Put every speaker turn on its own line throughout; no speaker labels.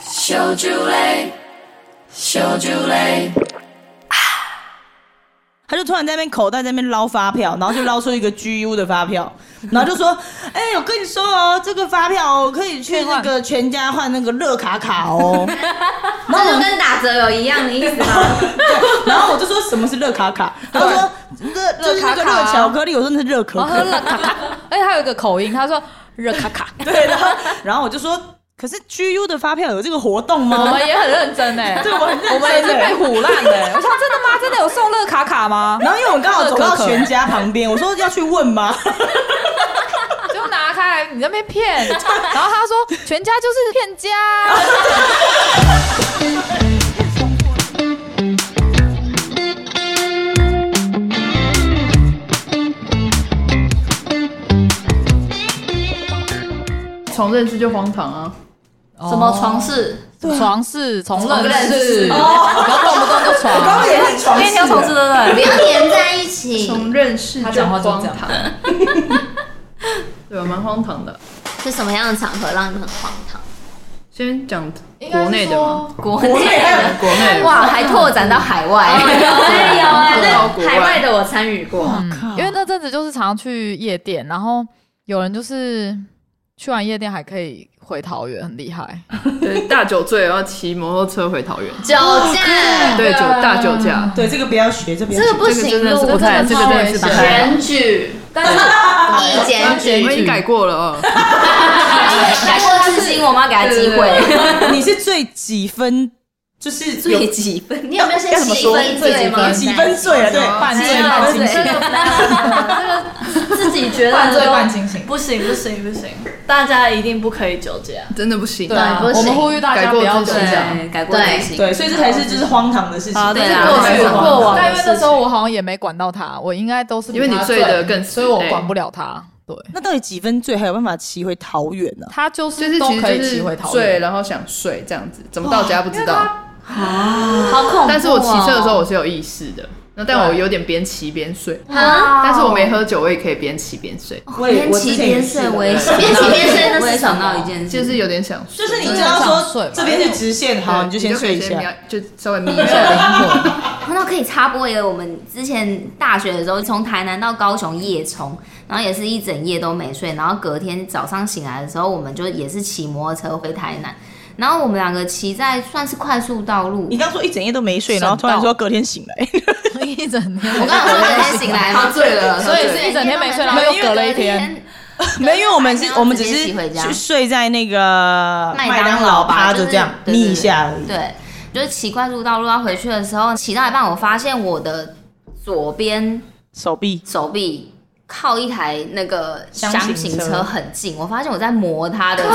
小酒类，小酒类，
他就突然在那边口袋在那边捞发票，然后就捞出一个 GU 的发 票，然后就说：“哎、我跟你说哦，这个发票哦可以去那个 全家换那个乐卡卡哦。”然后
这
我
就跟打折有一样的意 思吗？
然后我就说什么是乐卡卡，他说热就是那个热
乐卡卡
巧克力，我说那是热可
然后他
可
说，热哦卡卡，而且他有一个口音，他说热卡卡，
对，然后然后我就说，可是 GU 的发票有这个活动
我
吗？
们也很认真哎、
对，我很认
我们也
真
是
的
被。唬烂的、欸。我想真的吗？真的有送乐卡卡吗？
然后因为我刚好走
乐
到
可可
全家旁边，我说要去问 吗？
就拿开来，你在那边骗。然后他说全家就是骗家，
从认识就荒唐啊！
什
什么床事？
哦床事从
从
认
认
识，
识哦
然后动不动就 床。
我刚刚也很床
因为你要从事
事，
对不
不
对？
要连在一起，
从认识
他
就
讲话
荒
就这样
唐， 对吧？蛮荒唐的。
是什么样的场合让你很荒唐？
先讲国内的吗？
国内的
国内的
哇，还拓展到海外，哎有哎，那海外的我参与过，
嗯因为那阵子就是常常去夜店，然后有人就是去完夜店还可以回桃园，很厉害。
嗯
对，大酒醉然后骑摩托车回桃园，
酒驾，
对，酒大酒驾，
对这个不要学，这不要
这
学
个不
这个真
行，
的是
路
不太，这个真的是不太好。
举，
但是
一检
我
举，
们已经改过了哦，
改过自新，我们要给他机会。
你是最几分？就是有
最几分？你有没有先细分罪 吗？
几分醉了？对，半
没
醉
有
半醉。
这
这个自己觉得
半醉半清醒。
不行不行不行，大家一定不可以酒驾。
真的不行。
对啊，
不行
我们呼吁大家不要酒驾。，
改过
对
自新。
对，所以这才是就是荒唐的事情。
对
这
啦
是过去
还是
的
过往
但
的
啊因为
事
那时候
情
我好像也没管到他，我应该都是比
因为你
他
醉得更
所以我
死
管不了他。对，
那到底几分醉还有办法骑回桃园呢？
他就
就是是
都
其
可
实
以
就
骑回
是
桃
醉，
园。
然后想睡这样子，怎么到家不知道。
啊
好
哦
恐怖、
但是我骑车的时候，我是有意识的，那但我有点边骑边睡，
啊，
但是我没喝酒，我也可以边骑边睡，
我也
边
我之
骑
前也
边
是
睡，
的
我也想，边骑边睡那是什么？
件
就是有点想睡。
就是你知道
就是想睡
说
嘛
这边是直线，好，你就先
可
睡
以
一下。
瞄，就稍微眯一下。
哦那可以插播一个，我们之前大学的时候，从台南到高雄夜冲，然后也是一整夜都没睡，然后隔天早上醒来的时候，我们就也是骑摩托车回台南，然后我们两个骑在算是快速道路
你，刚说一整夜都没睡，
省道
然后突然说隔天醒来，
一整天。
我刚刚说那 天醒来
他
嘛，
醉了，
所以是一整天没睡，然后又隔了一天。，
没有，因为我们是
然后
我们只
直接
是
骑回家
去睡在那个
麦
麦
当
当
劳
劳
吧
趴
就是
着这样
对对
眯一下而已。
对，就是骑快速道路要回去的时候，骑到一半，我发现我的左边
手臂
手臂靠一台那个
箱
箱
型
型
车
车很近，我发现我在磨他的车，
然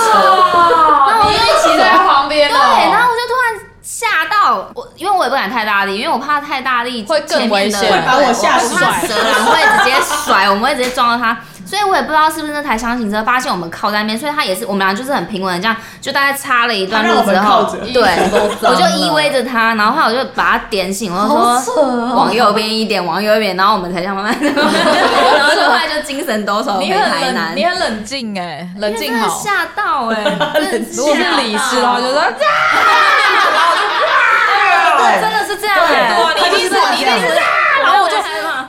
后我就骑在他旁边
对，然
哦，
后我就突然吓到我，因为我也不敢太大力，因为我怕太大力
会更
前面
危
的
险会
把我吓
我怕
死
蛇狼会直接甩，我们会直接撞到他。所以我也不知道是不是那台箱型车发现我们靠在那边，所以他也是我们俩就是很平稳的这样，就大概插了一段
他
路
让我们
之后
靠着，
对
衣服都，脏
我就
了
依偎着他，然后后来我就把他点醒，我就说往右边一点，往右边，然后我们才这样慢慢，然后就后来就精神抖擞回
你
台
很
南
冷，，你很冷静哎，冷静
真的
好。
吓到哎、真的
如果是
吓到
李斯的话，就说
对
真的是这样哎、
哇，你一定是你一定是这样，然后我就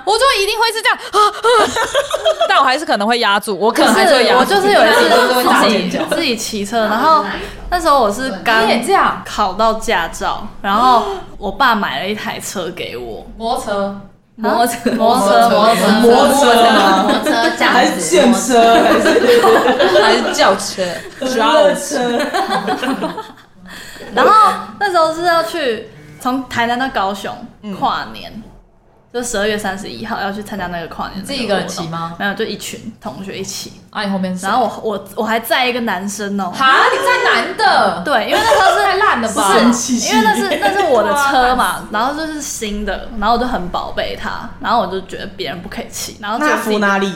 我就一定会是这样，啊 啊但我还是可能会压住，我可能还是会压住，
我就是有一次
就是会打
自
尖
己
叫。
自己骑车，然后那时候我是刚
啊你也这样
考到驾照，然后我爸买了一台车给我，啊
摩托车，
摩托车，
摩托车，摩托车，
摩托车
摩
吗？
托车这样
还是
子，
现车还是
还是轿车，
热车？
然后那时候是要去从台南到高雄
嗯
跨年，就十二月三十一号要去参加那个跨年。
自己一个人骑吗？
没有，就一群同学一起。
啊，你后面是谁
然后我我我还载一个男生哦、
哈，你在男的，
对，因为那时候是
太烂了吧？
不 是，因为那是那是我的车嘛，然后就是新的，然后我就很宝贝它，然后我就觉得别人不可以骑，然后就
那
自己
服哪里？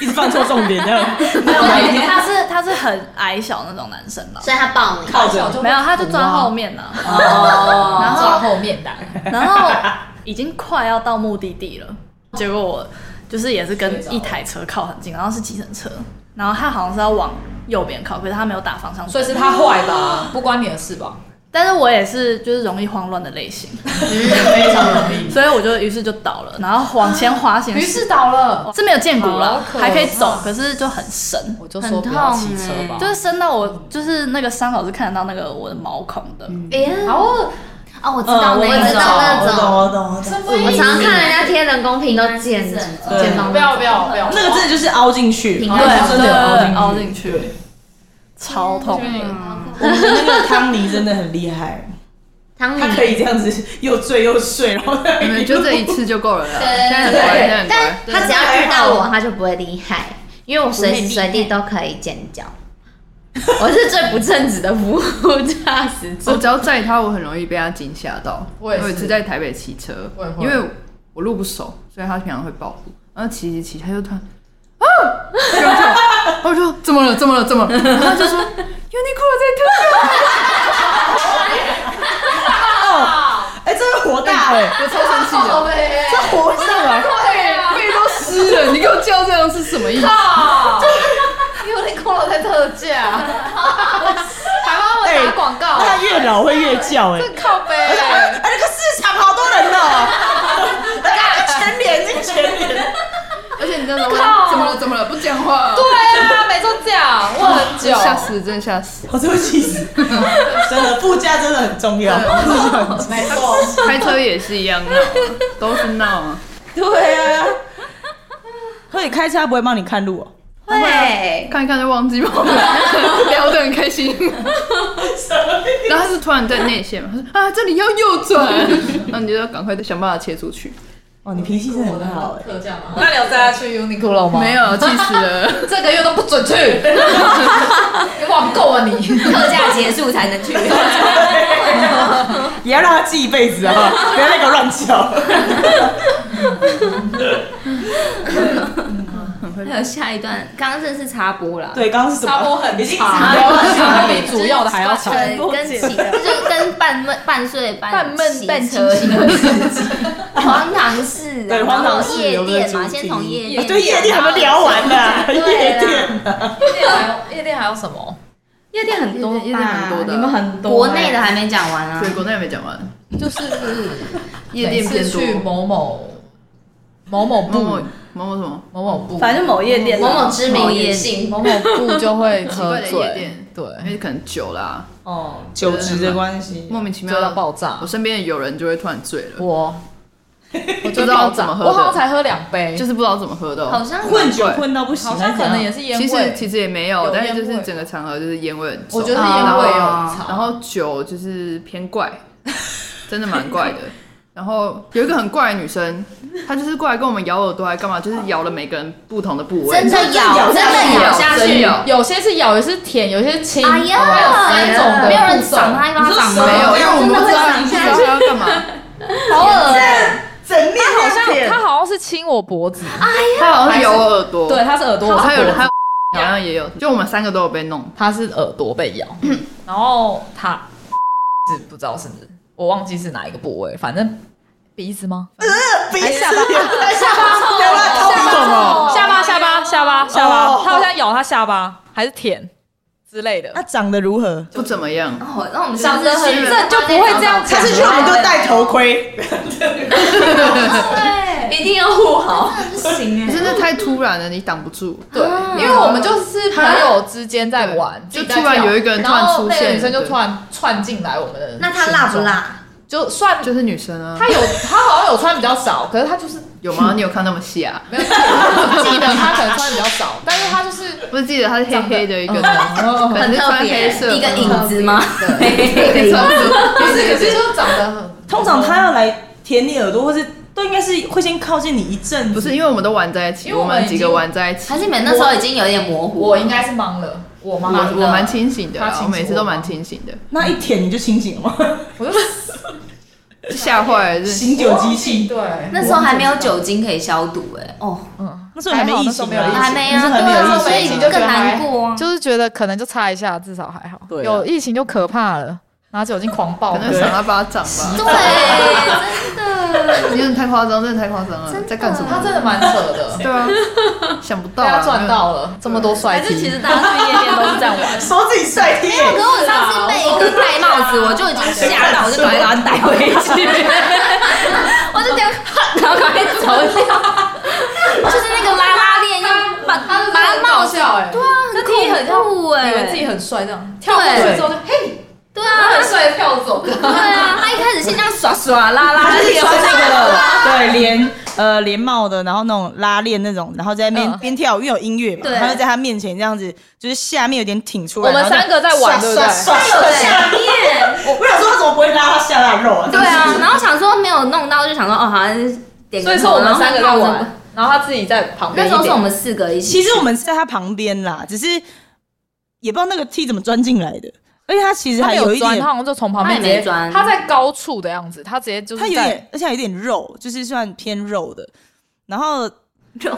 一直放错重点，这 样
没有，没有他是他是很矮小那种男生啦，
所以他抱你，
靠
小
着。
就
没有，他就抓后面了，
哦，
然后
抓后面的，
然后已经快要到目的地了，结果我就是也是跟一台车靠很近，然后是计程车，然后他好像是要往右边靠，可是他没有打方向灯，
所以是他坏吧？不关你的事吧？
但是我也是就是容易慌乱的类型，
非常容易。
所以我就于是就倒了，然后往前滑行，
嗯于是倒了，
是没有见骨了
好，可怕
还可以走，可是就很深，
我就说不要骑车吧，
就是深到我就是那个伤口是看得到那个我的毛孔的，
哎呀，
哦，
哦，我知道那
我
一种，
知道，我懂，
种，
我懂，我懂。
我
我常看人家贴人工屏都见
是
对
见到
不要不要不要，
那个真的就是凹进去，
平
然
安
后
对
是真的有凹
凹
进
进
去。
去，超痛
嗯
的。
我们的那个汤尼真的很厉害，
汤
他
米
可以这样子又醉又睡，然后在那
嗯
你们
边
就这一次就够了啦，现在很乖，现在很
但
乖。
他只要遇到我，他就不会厉害，因为我随时随地都可以尖叫。我是最不正直的服务驾驶
我
座，
只要载他，我很容易被他惊吓到。
我也是
有一次在台北骑车
我也，会
因为我路不熟，所以他平常会保护。然后骑骑骑，他就突然啊，然后我就我就怎么了？怎么了？怎么了？然后他就说 Uniqlo 在
哎，这个火大哎，
特，我超生气的。
这火上来，
背都湿了，你给我叫这样是什么意思？
因为你空了在特价，还帮我打广告，
他越老会越叫哎，
靠背。
哎，那个市场好多人哦，那个全脸，这个全脸，
而且你真的问怎么了？怎么了？不讲话，对，
对啊，每周这样，我很久。
吓死，真的吓死。
我都气死，真的副驾真的很重要，
嗯
没错，
开车也是一样闹，都是闹啊。
对啊。 所以开车他不会帮你看路哦，
会
看一看就忘记吧，聊得很开心。然后他是突然在内线嘛，他说啊，这里要右转，那你就要赶快想办法切出去。
哦，你脾气真的很好哎，
那你有带他去 Uniqlo 吗？
没，有， 气死了。
这个月都不准去， 你网购啊你！
特价结束才能去，
也要让他记一辈子 啊，不要再给我乱叫。
还有下一段，刚刚这是插播了，
对，刚刚是什么？
插播很
已经
长
插
插
播
播
很长了
很比主要的还要长
对，跟骑，就是跟半闷半睡半
半闷
骑
半清
车一样荒唐事啊，
对荒唐事
然后夜
有没有
店嘛，
主题
先从夜
啊
店，
对，夜店还没聊完呢，夜店呢？
夜店还有夜店还有什么？
夜店很多
夜店很多的
你们很多
国内的还没讲完啊
对，，国内还没讲完，
就是
夜店
每
偏
次
多。
去某某某某
某
部
某某某什么？
某某部，
反正就某夜店啊，
某某知名女性，
某某部就会喝
奇怪的夜
醉
店，
对，
因为可能久啦，
哦，
酒值的关系，
莫名其妙
醉到爆炸
我。身边的友人就会突然醉了，
我
我
就
知
爆
道怎
炸，
么喝
我好像
的，
才喝两杯，
就是不知道怎么喝的
好
哦。
像
混酒混到不行，啊
好像可能也是烟
其实
味，
其实也没有
有，
但是就
烟
是
味
整个场合就是烟味很重。
我觉得是
啊
烟味有
啊
然
差。
后酒就是偏 怪，真的蛮怪的。然后有一个很怪的女生，她就是过来跟我们咬耳朵，还干嘛？就是咬了每个人不同的部位，
真的咬，真的咬下
真
去，
咬。
有些是咬，有些是舔，有些是亲，
哎呀，
还有三种的
没有人
步骤
赏他一巴掌吗？
没有，因为我们
真的
不知
会
道，
赏
不知
下
道
去，
她要干 嘛。
好恶心，
整面好
他好像是亲我脖子，
她好像是咬我耳朵，哦
对，，哦它是耳朵，我是
还有
脖子
还有好像也有，就我们三个都有被弄。
他是耳朵被咬，然后他是不知道是我忘记是哪一个部位，反正鼻子吗？
鼻子，啊下巴，下 巴，要不要掏鼻孔哦？
下巴下巴下巴下
哦
巴，他好像咬他下巴还是舔之类的
他，
啊
长得如何？
不怎么样，
哦那我们
长得很
是
正就不会这样
他是去我们就戴头盔，
一定要护好，
可是那太突然了，你挡不住。
嗯对，因为我们就是朋友之间在玩，
对
自己
就突然
在跳
有一个人突然
然后那
出
个
现
女生就
对
突然窜进来我们的，
那他辣不？辣？
就算
就是女生啊，
他有，他好像有穿比较少，可是他就是
有吗？你有看那么细啊？
没有记得他可能穿比较少，但是他就是
不是记得她是黑黑的一个男生，
嗯
可能
很
是
特
穿
别
黑色的，
一个影子吗？
黑色的，
不是，可是就长得很
通常他要来舔你耳朵，或是都应该是会先靠近你一阵子，
不是因为我们都玩在一起，
因为
我
我们
们几
已
个
经
玩在一起
还，是你们那时候已经有点模糊？
我应该是懵了，我
我
懵了，
我蛮清醒的
他
啊，
清
我
楚
每次都
我吗
蛮清醒的，
那一舔你就清醒了吗？
我就
吓坏了是。
醒酒机器，
对，
那时候还没有酒精可以消毒，哎，哦，
那时候还没疫情啊，
还没
那时
啊，
候还没
对
有
啊，
疫
所以
情啊，
更难过啊。
就是觉得可能就擦一下，至少还好。
对啊
有疫情就可怕了，拿酒精狂暴
可。能赏他巴掌吧，
对，真的，
有点太夸张，真的太夸张了，在干什么？
他真的蛮扯的，
对啊，想不到
被
啊，
他赚到了这么多帅
还是
气
其。实大家去夜店都是这样
说自己帅气，
可我上次被一个戴帽子，我就已经吓到，我就 赶快把它戴回去，我就这样，然后赶快走掉，就是那个拉拉链要把
他
把它帽子，
笑哎，
对啊，很恐怖哎，
以为自己很帅这样，
跳过
对，之后就嘿，
对啊，
帅的跳走的，
对啊，他一开始先这样耍耍拉拉
他就是
链，
穿那个对连呃连帽的，然后那种拉链那种，然后在那边
嗯
边跳，因为有音乐嘛，
对
然后在他面前这样子，就是下面有点挺出来。
我们
然后这样
三个在玩
刷
对不对
刷刷刷下面，我我想说他怎么不会拉他下来肉啊？
对啊，然后想说没有弄到，就想说哦，好像是点
所
个
以说
头，
我
然
们
后
三个在
帽子
玩，然后他自己在旁边
那
一
时候是我
点。
们四个一起，
其实我们是在他旁边啦，只是也不知道那个梯怎么钻进来的，而且他其实
他
还
没
有一
钻，
点
他，好像就从旁
他也
边直
没
接
钻，
他在高处的样子，他直接就是
他有
在
点，而且还有点肉，就是算偏肉的。然后，
肉，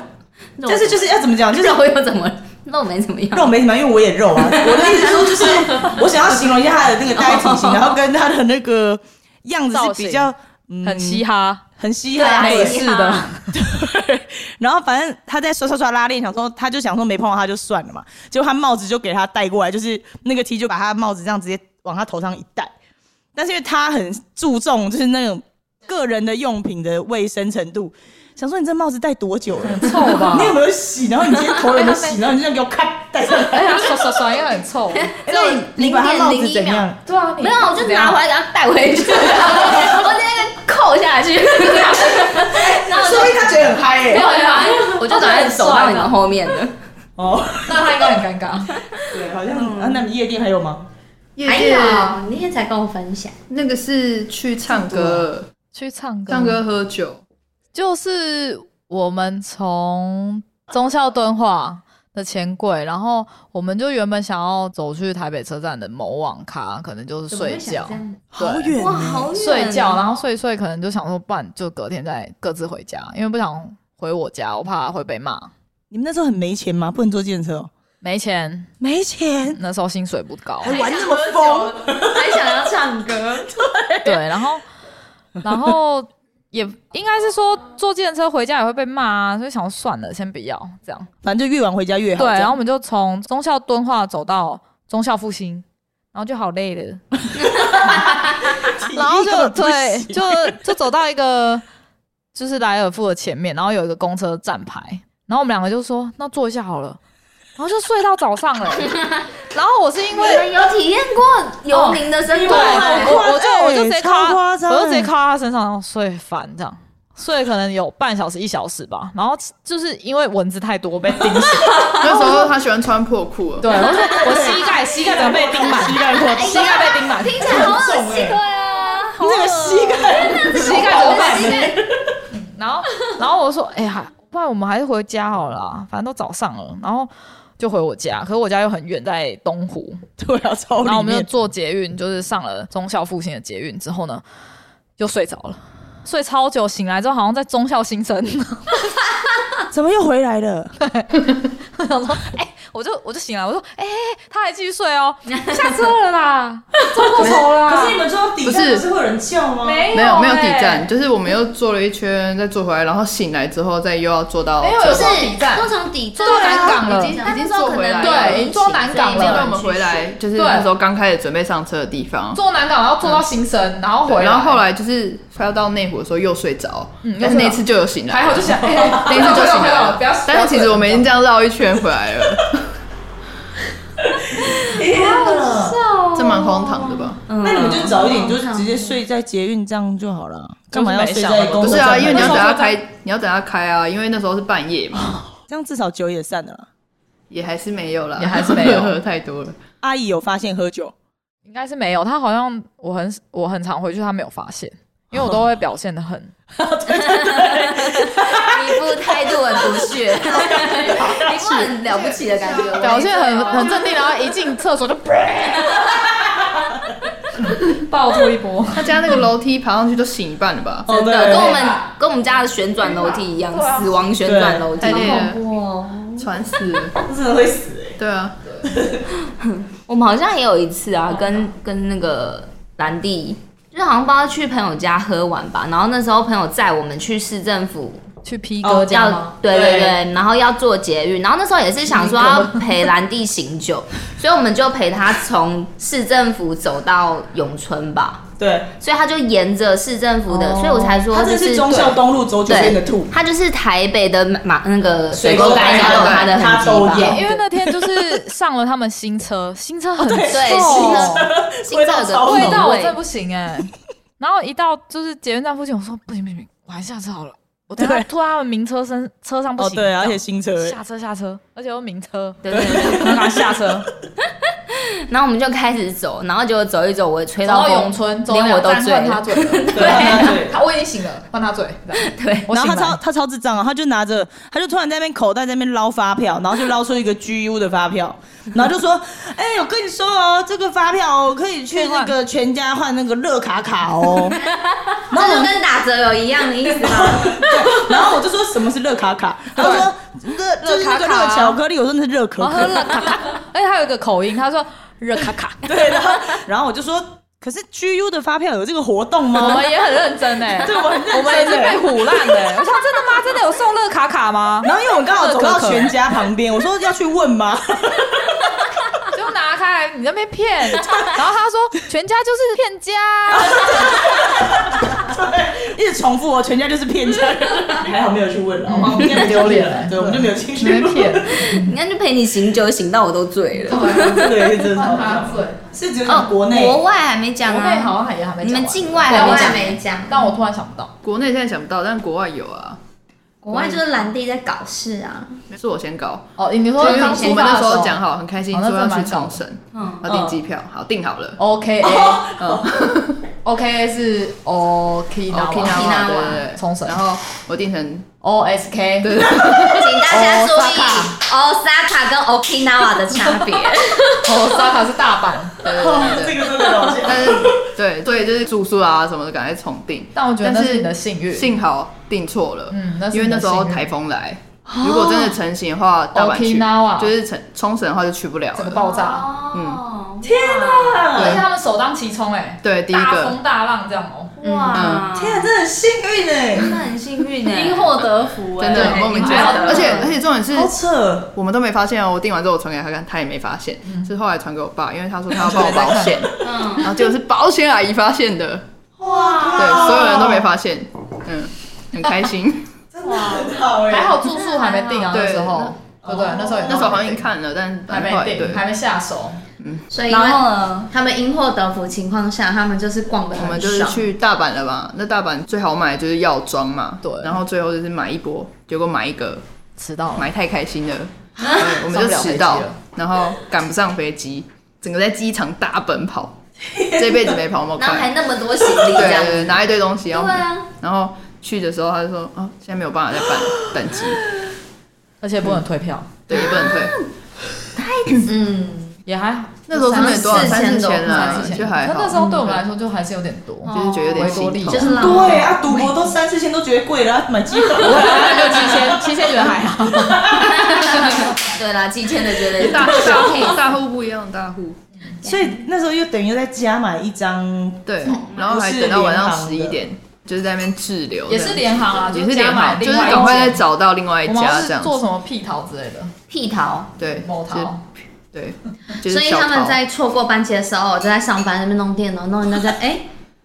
肉
但是就是要怎么讲，就是
肉又怎么肉没怎么样，
肉没什么，因为我也 肉啊。我的意思说，就是我想要形容一下他的那个大概体型，然后跟他的那个样子是比较嗯
很嘻哈，
很稀
对啊
罕
美
的。
式
是的，
然后反正他在刷刷刷拉链，想说他就想说没碰到他就算了嘛，结果他帽子就给他戴过来，就是那个 T 就把他帽子这样直接往他头上一戴。但是因为他很注重就是那种个人的用品的卫生程度，想说你这帽子戴多久了？
臭吧
你？有没有洗？然后你今天头有没有 洗？然后你就这样给我看戴上来。
哎呀，刷刷刷，因为很臭。
哎那你你把他帽子怎样？
对啊，
没有，我就拿回来给他带 回去，我直接扣下去，然 后
说不定他觉得很嗨耶、
没有，我就赶快
啊
走到你们后面的，
哦，
那他应该很尴尬。
对，好像、啊，那你夜店还有吗？
夜
还
哎
店
有，你那天才跟我分享，
那个是去唱歌，
去唱歌，
唱歌喝酒，
就是我们从忠孝敦化的钱柜，然后我们就原本想要走去台北车站的某网咖，可能就是睡觉，
好远、
哇，好远，啊
嗯睡觉，
嗯
然后睡一睡，可能就想说，不然就隔天再各自回家，因为不想回我家，我怕会被骂，
你们那时候很没钱吗？不能坐计程车、哦？
没钱，
没钱，
那时候薪水不 高，
玩那么疯，
还想要唱歌，
对，然后然后也应该是说坐计程车回家也会被骂啊，所以想说算了，先不要这样。
反正就越晚回家越好。
对，
这样
然后我们就从中校敦化走到中校复兴，然后就好累了， 然后就对，就就走到一个就是莱尔富的前面，然后有一个公车站牌，然后我们两个就说那坐一下好了，然后就睡到早上了。欸然后我是因
你
为
们有体验过游民的生活
对，
吗？
我我就我就直接靠
超
他，
夸张欸
我就直接靠他身上然后睡烦这样，睡可能有半小时一小时吧，然后就是因为蚊子太多被叮死，
那时候他喜欢穿破裤啊了，
对我我膝盖膝盖怎么被叮满，膝盖
哎
膝盖
啊
被叮满，
听起来好恶心，对啊，
你这个膝盖，
哎膝盖怎么办？嗯然后 然后我说，哎呀，不然我们还是回家好了啦，反正都早上了，然后。就回我家，可是我家又很远，在东湖，
对啊，超
然后我
里
们就
面。
坐捷运，就是上了忠孝复兴的捷运之后呢，就睡着了，睡超久，醒来之后好像在忠孝新生，
怎么又回来了？
我想说，哎、我就我就醒来，我说，哎、他还继续睡哦，下车了啦，坐过头了啦，
们坐到底
不是
会有人叫吗
没
没有没有
欸
底站，，就是我们又坐了一圈，再坐回来，然后醒来之后再又要坐到，
没有
坐
有
到
时候底站
都从底站
坐到南港了
已经
已
那
经
时候
坐
可
回
能
来
没有
了
对，已
人
经啊坐
骑
南港
直到我
了，
们回来，就是
对
那时候刚开始准备上车的地方。
坐南港，然后坐到新生，然后回来，
然后后来就是快要到内湖的时候又睡着，
嗯
但是
又睡着
那次就有醒来，
还好就想，哎、
那
等
一次就醒来
不要
了。。但是其实我们已经这样绕一圈回来了，这蛮荒唐的吧？
啊那你们就早一点，就直接睡在捷运这样就好了，干嘛要睡
就是
在
没想到
公
不
车
是
站
啊，
牌？
因为你要
那
等
时候
他
在
开，你要等他开啊，因为那时候是半夜嘛，
这样至少酒也散了啦。
也还是没有啦，
也还是没有
喝太多了。
阿姨有发现喝酒，
应该是没有，他好像我很我很常回去，他没有发现，因为我都会表现的很，
一副态度很不屑， 一副很了不起的感觉，
表现很很镇定，然后一进厕所就暴吐一波。
他家那个楼梯爬上去都醒一半了吧？
哦
真的，跟我们跟我们家的旋转楼梯一样，
啊
死亡旋转楼梯
太。累了，喘死了。
真的会死哎、
对啊，
我们好像也有一次啊，跟跟那个兰弟，就是好像不知道去朋友家喝完吧，然后那时候朋友载我们去市政府哦
去 P 哥家吗？
对对
对
对，然后要坐捷运，然后那时候也是想说要陪兰弟醒酒，所以我们就陪他从市政府走到永春吧，
对，
所以他就沿着市政府的，所以我才说
哦他这
就是
忠孝东路走九
对
遍的兔，
他就是台北的马那个水
沟
沟盖，
盖
然后
对
他的
他
痕迹
都
吧
有
因为那天就是上了他们新车，新车
哦
很
对，
臭
新，的新
味道
造的
超
口
浓
味道我
味
真的不行哎、然后一到就是捷运站附近，我说不行不行不行，我还是下车好了。我等下拖到他们名车身车上不
哦
行，
对，而且新车
下车下车，而且又名车，
对对对，
然后赶快下车。
然后我们就开始走，然后结果走一走，我吹
然
到
后
风
永春，走
连我
两
都
站
醉
换他
了，
醉了，
对，他对。
他我已经醒了，换他醉，这样
对，
我
然后
醒
他超
来，
他超智障啊！他就拿着，他就突然在那边口袋在那边捞发票，然后就捞出一个 GU 的发票，然后就说：“哎、我跟你说哦，这个发票哦可以去那个全家换那个乐卡卡哦。
那就跟打折有一样的意思吗？”
然后我就说什么是乐卡卡，他就说热就是那个
乐卡
热
哦卡
巧克力，我说那是热可
然后他
可。
热卡卡，而且他有一个口音，他说热卡卡，
对，然后 然后我就说：“可是 GU 的发票有这个活动
我
吗
们也很认真哎、
对我很认真欸
我们也是被唬烂的、 我想真的吗？真的有送热卡卡吗？”？
然后因为我刚好走
乐
到
可可
全家旁边，我说要去问吗？
就拿开来，你在那边骗， 然后他说全家就是骗家，
一直重复哦，全家就是骗家人。还好没有去问了，好吗？我们很
丢脸了
对，我们就没有进去
没
问。
骗，
你看就陪你醒酒，醒到我都醉了。
对，哦真的
换
超
他醉。
是只有你们国内
国外还没讲
国内好
啊，
像还也还没讲完，
你们境外还
国
没
外
讲，
没讲，
但我突然想不到，
国内现在想不到，但国外有啊。
国外就是兰弟在搞事啊，
是我先搞，
哦，你
因
说
为
刚
我
出
们那
发
时
的
候讲好，很开心
哦那
说要
真的
去
蛮爽
冲
的
绳，
嗯，
要订机票，好订好了。
，OK
哦
A，嗯，OK 是 OK
哦 Okinawa，对对对，
冲绳
然后我订成
O S K，
对对
请
对
大家注意
哦
Osaka 跟 Okinawa 的差 别。
哦，沙卡是大阪，
对对
这
对，
个真的好笑。
但是对，所以就是住宿啊什么的，赶快重订。
但我觉得那
但
是你的幸运，
幸好订错了，
嗯那是
因为
你的
那时候
幸运
台风来，如果真的成型的话，大阪去
Okinawa
就是成冲绳的话就去不了
整个
了。
爆炸，
嗯
哦，
而且他们首当其冲，哎，
对，第一
大
个
风大浪这样哦，
哇，
嗯
天啊，真的很幸运哎，
那很幸运哎，
因祸得福哎、
真的
对
莫名其
还好，
妙而且而且重点是
好扯！
我们都没发现哦，我订完之后我传给他看，他也没发现，
嗯
是后来传给我爸，因为他说他要帮我保 险，
嗯，
然后结果是保险阿姨发现的，
哇
对，所有人都没发现，嗯，很开心。
真的很好哎，
还好住宿还没定啊，
对
那时候， 对不对？那时候也
那时候好像已经看了，但
还
反正
没
后来
定，
对，
还没下手，
所以因
然后
为
呢？
他们因祸得福情况下，他们就是逛的
我们
很
就是
爽。
去大阪了嘛，那大阪最好买的就是药妆嘛，
对
然后最后就是买一波，结果买一个
迟到了，
买太 开心了，对我们
上不
就
了飞
迟
机
到
了，
然后赶不上飞机，整个在机场大奔跑，这辈子没跑那 么
然后还
快，
那么多行李
对
这样
对，对，拿一堆东西，然后
对啊，
然后去的时候他就说啊，现在没有办法再办本机，
而且不能退票，
对，也不能退，
嗯，
也还好，
那时候真的多少
三
三
四千
四千
三
啊
四，千，
就还
可
好，
那时候对我们来说就还是有点多，
就是觉得有点
维多
心
利亚
痛
就。是浪漫
对啊，赌博都三四千都觉得贵了，啊买 机票。
六七千，七千元还好。
对啦，几千的觉得
大大户大户不一样，大户
所以那时候又等于在家买一张，
对，然后还等到晚上十一点，就是在那边滞 留，
也是联行啊，
也
就是加
联
买
行，
另
就是
外一
赶快再
间
找到另外一
我们好
家
像
这
是
样子
做，什么屁桃之类的，
屁桃。
对，
某
就是
桃，
对，就是
所以
小
他们
桃
在错过班机的时候，我就在上班那边弄电脑，弄一弄就哎，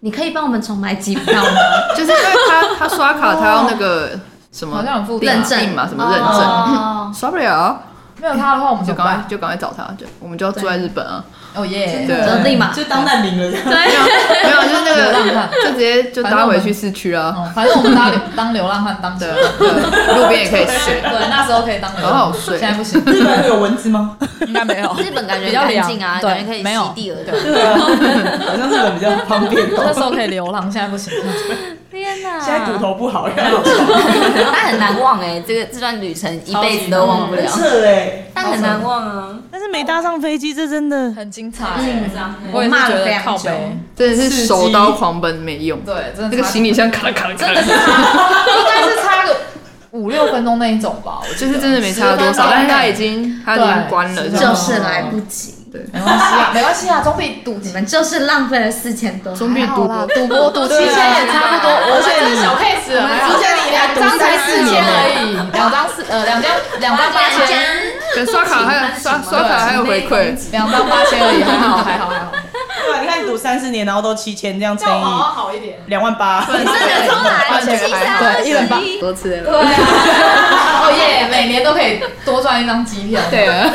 你可以帮我们重买机票吗？
就是因为他他刷卡，他要那个什么
好像很复杂
认
认证
嘛，什么认证，
哦，
刷不了，
啊没有他的话我们
就
怎么
赶快
办？
就赶快找他，就我们就要住在日本啊，
哦耶，
对
就立马
就当难民了这样。
没有没有，就是那
流浪
个
汉
就直接就搭回去市区啊，
哦反正我们当流当流浪汉当
对啊
对，
对，路边也可以睡，
对，那时候可以当流
很好
浪，
睡
现在不 行，
日本会有蚊子吗？
应该没有。
日本感觉
比较
很干
凉
净啊，
对
感觉可以
没有
席地而
对
坐。
对啊，好像日本比较方便
那时
哦。
候可以流浪，现在不行。
天
现在骨
哪，
头不好，然后
但很难忘
欸
哎，这个这段旅程一辈子都忘不了，
扯哎。
但很难忘啊。
但是没搭上飞机，这真的
很精彩、
嗯
我也是
骂
觉
了非
得
常
靠
久，
背，
真的是手刀狂奔没用，
对，真的
那个
差
行李箱咔啦咔啦咔啦，
应该是差个五六分钟那一种吧，我觉
就是真的没差多少，但是他已经他已经
对
关了，
是
这样
就是来不及，
得没关系啊，没关系啊，总比赌
你们就是浪费了四千多。
总比赌博
啊
赌博赌七千也差不多，而且是小 case 了，还好
之前你家
两
读
张才
三
四
四
千
年
而
了，
已，两张四呃两张两张八千，
两家
对，刷卡还有刷刷卡还有回馈，
两张八千而已，还好还好还好，
对吧？你看你读三四年，然后都七千，这样乘以
好一点。
两万八，
真的出来，
而且还好
对，一人八，
多吃了。
对啊，哦耶，每年都可以多赚一张机票。
对啊，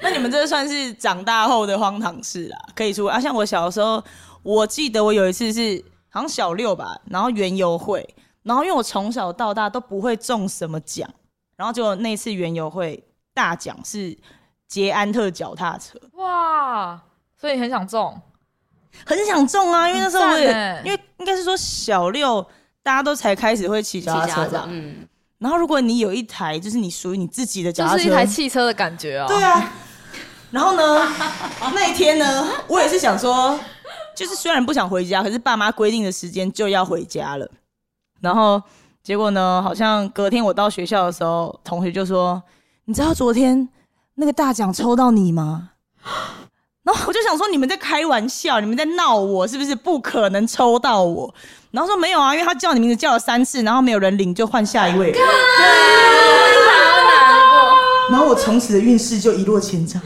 那你们这算是长大后的荒唐事啦，可以出啊。像我小的时候，我记得我有一次是好像小六吧，然后园游会，然后因为我从小到大都不会中什么奖，然后结果那次园游会大奖是捷安特脚踏车，
哇，所以很想中，
很想中啊，因为那时候我也
很赞欸
因为应该是说小六大家都才开始会骑脚踏车吧，
嗯，
然后如果你有一台就是你属于你自己的脚
就
踏车，
是一台汽车的感觉 啊。
对啊，然后呢，那一天呢，我也是想说，就是虽然不想回家，可是爸妈规定的时间就要回家了。然后结果呢，好像隔天我到学校的时候，同学就说：“你知道昨天那个大奖抽到你吗？”然后我就想说，你们在开玩笑，你们在闹我，是不是？不可能抽到我。然后说没有啊，因为他叫你名字叫了三次，然后没有人领，就换下一位。 然后我从此的运势就一落千丈。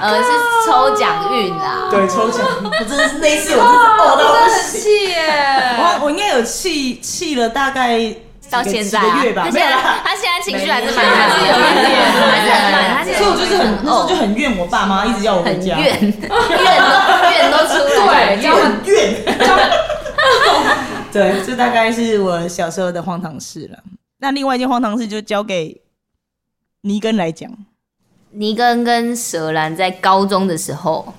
呃，是抽奖运啦，
对，抽奖，我真的是那一次我真是呕到不行。
气耶！
我我应该有气气了大概几个
到现在
几
啊
个月，吧，
他
没
现在
有啦。
他现在情绪还是蛮满的，还是很满，他现在
所以我就是很那时候就很怨我爸妈，一直要我回
很
家，
怨，怨都怨都出来，
对，这样
很怨。对，这大概是我小时候的荒唐事了。那另外一件荒唐事就交给尼根来 讲。
尼根跟蛇兰在高中的时候，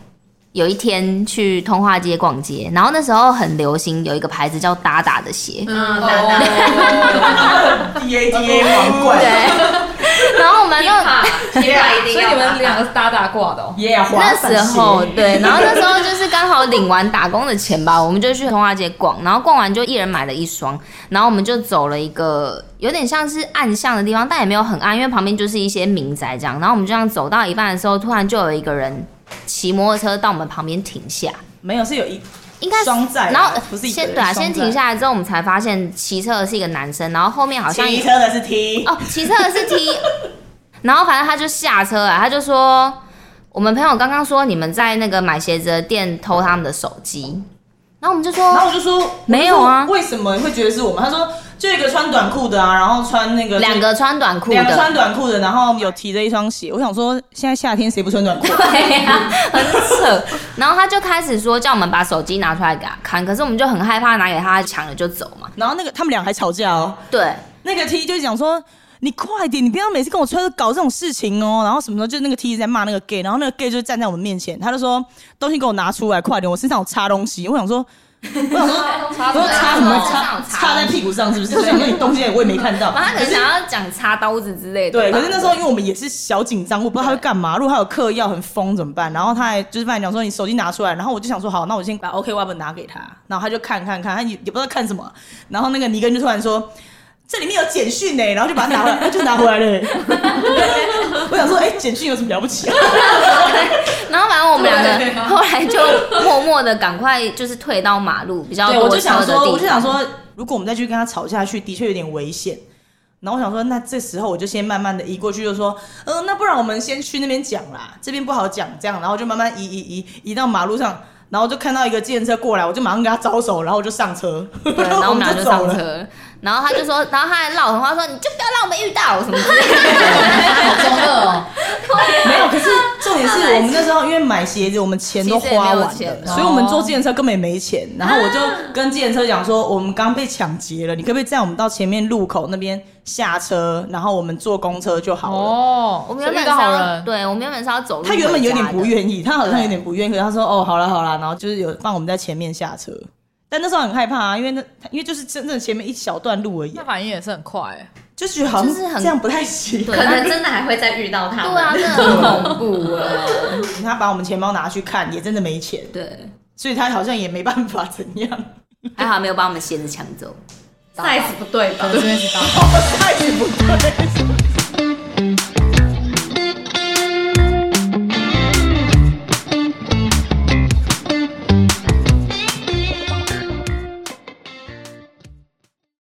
有一天去通化街逛街，然后那时候很流行有一个牌子叫达达的鞋，
嗯，打打
D A D A 皇冠，
对，然后我们那
天哪，一定
所以
要
你们两个是搭搭挂的哦。
耶，滑
那
板鞋
时候 对，然后那时候就是刚好领完打工的钱吧，我们就去通化街逛，然后逛完就一人买了一双，然后我们就走了一个有点像是暗巷的地方，但也没有很暗，因为旁边就是一些民宅这样。然后我们就这样走到一半的时候，突然就有一个人骑摩托车到我们旁边停下，
没有是有一
应该是
双载啊，
然后
不是一个
先
人
对啊，
双
先
载
停下来之后，我们才发现骑车的是一个男生，然后后面好像
骑车的是 T，
哦，骑车的是 T，然后反正他就下车了，他就说我们朋友刚刚说你们在那个买鞋子的店偷他们的手机，然后我们就
然后
说
我就说
没有啊
我就说为什么会觉得是我们？他说就一个穿短裤的啊，然后穿那个
两个穿短裤
两个穿
的，
短裤的，然后有提着一双鞋。我想说，现在夏天谁不穿 短裤？
对呀、很扯。然后他就开始说叫我们把手机拿出来给他看，可是我们就很害怕拿给他，他抢了就走嘛。
然后那个他们俩还吵架哦，
对，
那个 T 就讲说。你快点！你不要每次跟我穿搞这种事情哦。然后什么时候就那个 T 一直在骂那个 gay，然后那个 gay 就站在我们面前，他就说：“东西给我拿出来，快点！我身上有插东西。”我想 说，我想说，我说插什么插？插在屁股上是 不是？我想说你东西我也没看到。
他可能想要讲插刀子之类的吧。
对，可是那时候因为我们也是小紧张，我不知道他会干嘛。如果他有嗑药很疯怎么办？然后他还就是班长说你手机拿出来，然后我就想说好，那我先把 OK w e b 拿给他，然后他就看看看，他也也不知道看什么。然后那个尼根就突然说。这里面有简讯呢、欸然后就把它拿回来，他就拿回来了、欸 我想说，哎、简讯有什么了不起、啊？
然后反正我们两个后来就默默的赶快就是退到马路比较
对，我就
多车
想
的地
说，我就想
方。
说，如果我们再去跟他吵下去，的确有点危险。然后我想说，那这时候我就先慢慢的移过去，就说，嗯、那不然我们先去那边讲啦，这边不好讲，这样，然后就慢慢移移移移到马路上，然后就看到一个自行车过来，我就马上跟他招手，然后我就上车，
对， 然后我们俩就
走
上
了。
车，然后他就说，然后他还唠狠话说，你就不要让我们遇到什么 之类的。
好中二哦，
没有，可是重点是我们那时候因为买鞋子，我们钱都花完
其实也没有
了，
钱
所以我们坐自行车根本也没钱。然后我就跟自行车讲说，我们刚被抢劫了，你可不可以载我们到前面路口那边下车，然后我们坐公车就好了。
哦，
我们原
所以
本
遇
是
到好
要，
人，
对我们原本是要走路。
他原本有点不，愿意，他好像有点不愿意，可是他说哦，好啦好啦，然后就是有放我们在前面下车，但那时候很害怕啊，因为那因为就是真正前面一小段路而已
那，反应也是很快耶。
就是觉得好
就是
像
很
这样不太行。
对
可能真的还会再遇到他。
对啊，，真的 很恐怖哎。
他把我们钱包拿去看，也真的没钱，
对，
所以他好像也没办法怎样。
还好没有把我们鞋子抢走。
size 不对吧？
我这边是搭。
太不对。